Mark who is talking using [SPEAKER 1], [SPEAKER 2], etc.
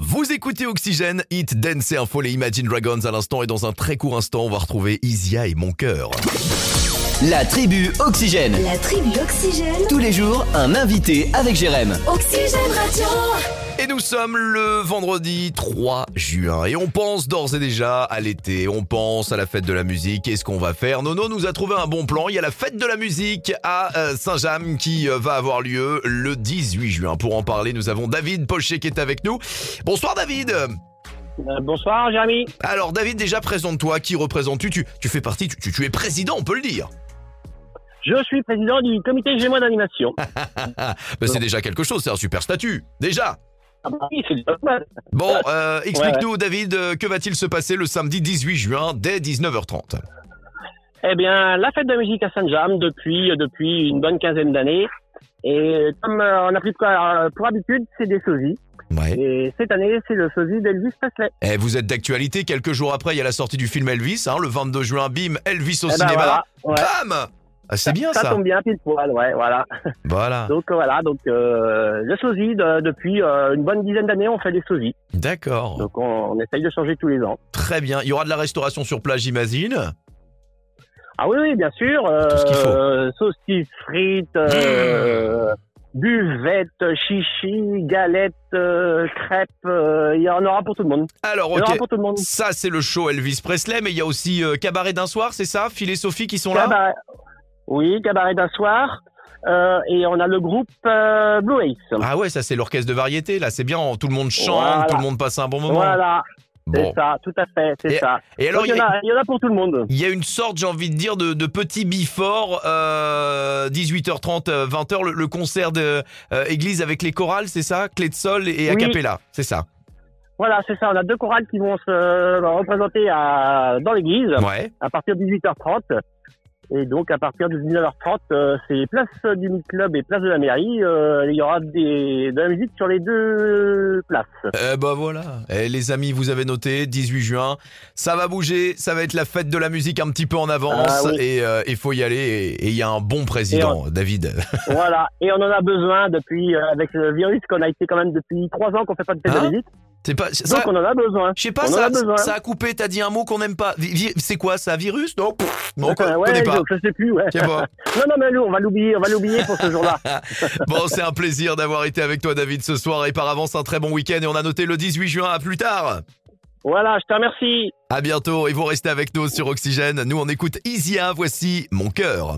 [SPEAKER 1] Vous écoutez Oxygène, Hit, Dance et Info, les Imagine Dragons à l'instant et dans un très court instant, on va retrouver Isia et Mon Cœur.
[SPEAKER 2] La tribu Oxygène.
[SPEAKER 3] La tribu Oxygène.
[SPEAKER 2] Tous les jours, un invité avec Jérém.
[SPEAKER 3] Oxygène Radio.
[SPEAKER 1] Et nous sommes le vendredi 3 juin et on pense d'ores et déjà à l'été, on pense à la fête de la musique, qu'est-ce qu'on va faire Nono nous a trouvé un bon plan, il y a la fête de la musique à euh, Saint-James qui euh, va avoir lieu le 18 juin. Pour en parler, nous avons David Pochet qui est avec nous. Bonsoir David
[SPEAKER 4] Euh, bonsoir, Jérémy.
[SPEAKER 1] Alors David, déjà présente-toi, qui représentes-tu tu, tu fais partie, tu- tu- tu es président, on peut le dire
[SPEAKER 4] Je suis président du comité Gémeaux d'animation. Ah
[SPEAKER 1] Bah, c'est déjà quelque chose, c'est un super statut. Déjà.
[SPEAKER 4] Ah bah oui, c'est déjà pas mal.
[SPEAKER 1] Bon, euh, explique-nous, David, euh, que va-t-il se passer le samedi 18 juin dès 19h30
[SPEAKER 4] Eh bien, la fête de la musique à Saint-James depuis, euh, depuis une bonne quinzaine d'années. Et comme euh, on a pris pour, euh, pour habitude, c'est des sosies.
[SPEAKER 1] Ouais.
[SPEAKER 4] Et cette année, c'est le sosie d'Elvis Presley.
[SPEAKER 1] Eh, vous êtes d'actualité. Quelques jours après, il y a la sortie du film Elvis, hein, le 22 juin. Bim, Elvis au
[SPEAKER 4] Eh ben,
[SPEAKER 1] cinéma.
[SPEAKER 4] voilà, ouais.
[SPEAKER 1] Bam Ah, C'est bien ça. Ah.
[SPEAKER 4] Ça tombe bien, pile poil, ouais, voilà.
[SPEAKER 1] Voilà.
[SPEAKER 4] Donc euh, voilà, donc euh, le sosie, de- depuis euh, une bonne dizaine d'années, on fait des sosies.
[SPEAKER 1] D'accord.
[SPEAKER 4] Donc on, on essaye de changer tous les ans.
[SPEAKER 1] Très bien. Il y aura de la restauration sur place, j'imagine.
[SPEAKER 4] Ah oui, oui, bien sûr. Euh,
[SPEAKER 1] Tout ce qu'il faut.
[SPEAKER 4] euh, Saucisses, frites, euh,
[SPEAKER 1] Mmh.
[SPEAKER 4] buvettes, chichis, galettes, euh, crêpes. euh, Il y en aura pour tout le monde.
[SPEAKER 1] Alors,
[SPEAKER 4] Il y en aura
[SPEAKER 1] ok.
[SPEAKER 4] pour tout le monde.
[SPEAKER 1] Ça, c'est le show Elvis Presley, mais il y a aussi euh, Cabaret d'un soir, c'est ça Phil et Sophie qui sont là
[SPEAKER 4] Cabaret- Oui, cabaret d'un soir. Euh, et on a le groupe euh, Blue Ace.
[SPEAKER 1] Ah ouais, ça, c'est l'orchestre de variété. Là, c'est bien. Tout le monde chante,
[SPEAKER 4] Voilà.
[SPEAKER 1] tout le monde passe un bon moment.
[SPEAKER 4] voilà, c'est
[SPEAKER 1] Bon.
[SPEAKER 4] ça, tout à fait, c'est ça.
[SPEAKER 1] Et alors,
[SPEAKER 4] Donc, il, y en a, il y en a pour tout le monde.
[SPEAKER 1] Il y a une sorte, j'ai envie de dire, de, de petit before euh, 18h30, euh, 20h, le, le concert de euh, Église avec les chorales, c'est ça Clé de sol et a
[SPEAKER 4] Oui.
[SPEAKER 1] cappella, c'est ça
[SPEAKER 4] Voilà, c'est ça. On a deux chorales qui vont se euh, représenter à, dans l'église.
[SPEAKER 1] Ouais.
[SPEAKER 4] à partir de 18h30. Et donc, à partir de 19h30, euh, c'est place du club et place de la mairie. Euh, il y aura des, de la musique sur les deux places.
[SPEAKER 1] Eh ben voilà. Eh, les amis, vous avez noté, 18 juin, ça va bouger, ça va être la fête de la musique un petit peu en avance
[SPEAKER 4] Ah oui.
[SPEAKER 1] et euh, il faut y aller et et il y a un bon président, David.
[SPEAKER 4] voilà. Et on en a besoin depuis, euh, avec le virus qu'on a été quand même depuis trois ans qu'on fait pas de fête
[SPEAKER 1] Hein
[SPEAKER 4] de musique.
[SPEAKER 1] C'est pas... ça-
[SPEAKER 4] Donc, on en a besoin.
[SPEAKER 1] Je sais pas,
[SPEAKER 4] on en
[SPEAKER 1] ça,
[SPEAKER 4] a besoin.
[SPEAKER 1] ça a coupé, t'as dit un mot qu'on n'aime pas. Vi- vi- C'est quoi, ça, virus Non, pff, non, on
[SPEAKER 4] Euh, ouais,
[SPEAKER 1] connaît pas.
[SPEAKER 4] donc, je sais plus, ouais.
[SPEAKER 1] Je sais pas.
[SPEAKER 4] Non, non, mais nous, on va l'oublier, on va l'oublier pour ce jour-là.
[SPEAKER 1] Bon, c'est un plaisir d'avoir été avec toi, David, ce soir. Et par avance, un très bon week-end. Et on a noté le 18 juin. À plus tard.
[SPEAKER 4] Voilà, je te remercie.
[SPEAKER 1] À bientôt. Et vous restez avec nous sur Oxygène. Nous, on écoute Isia. Voici mon cœur.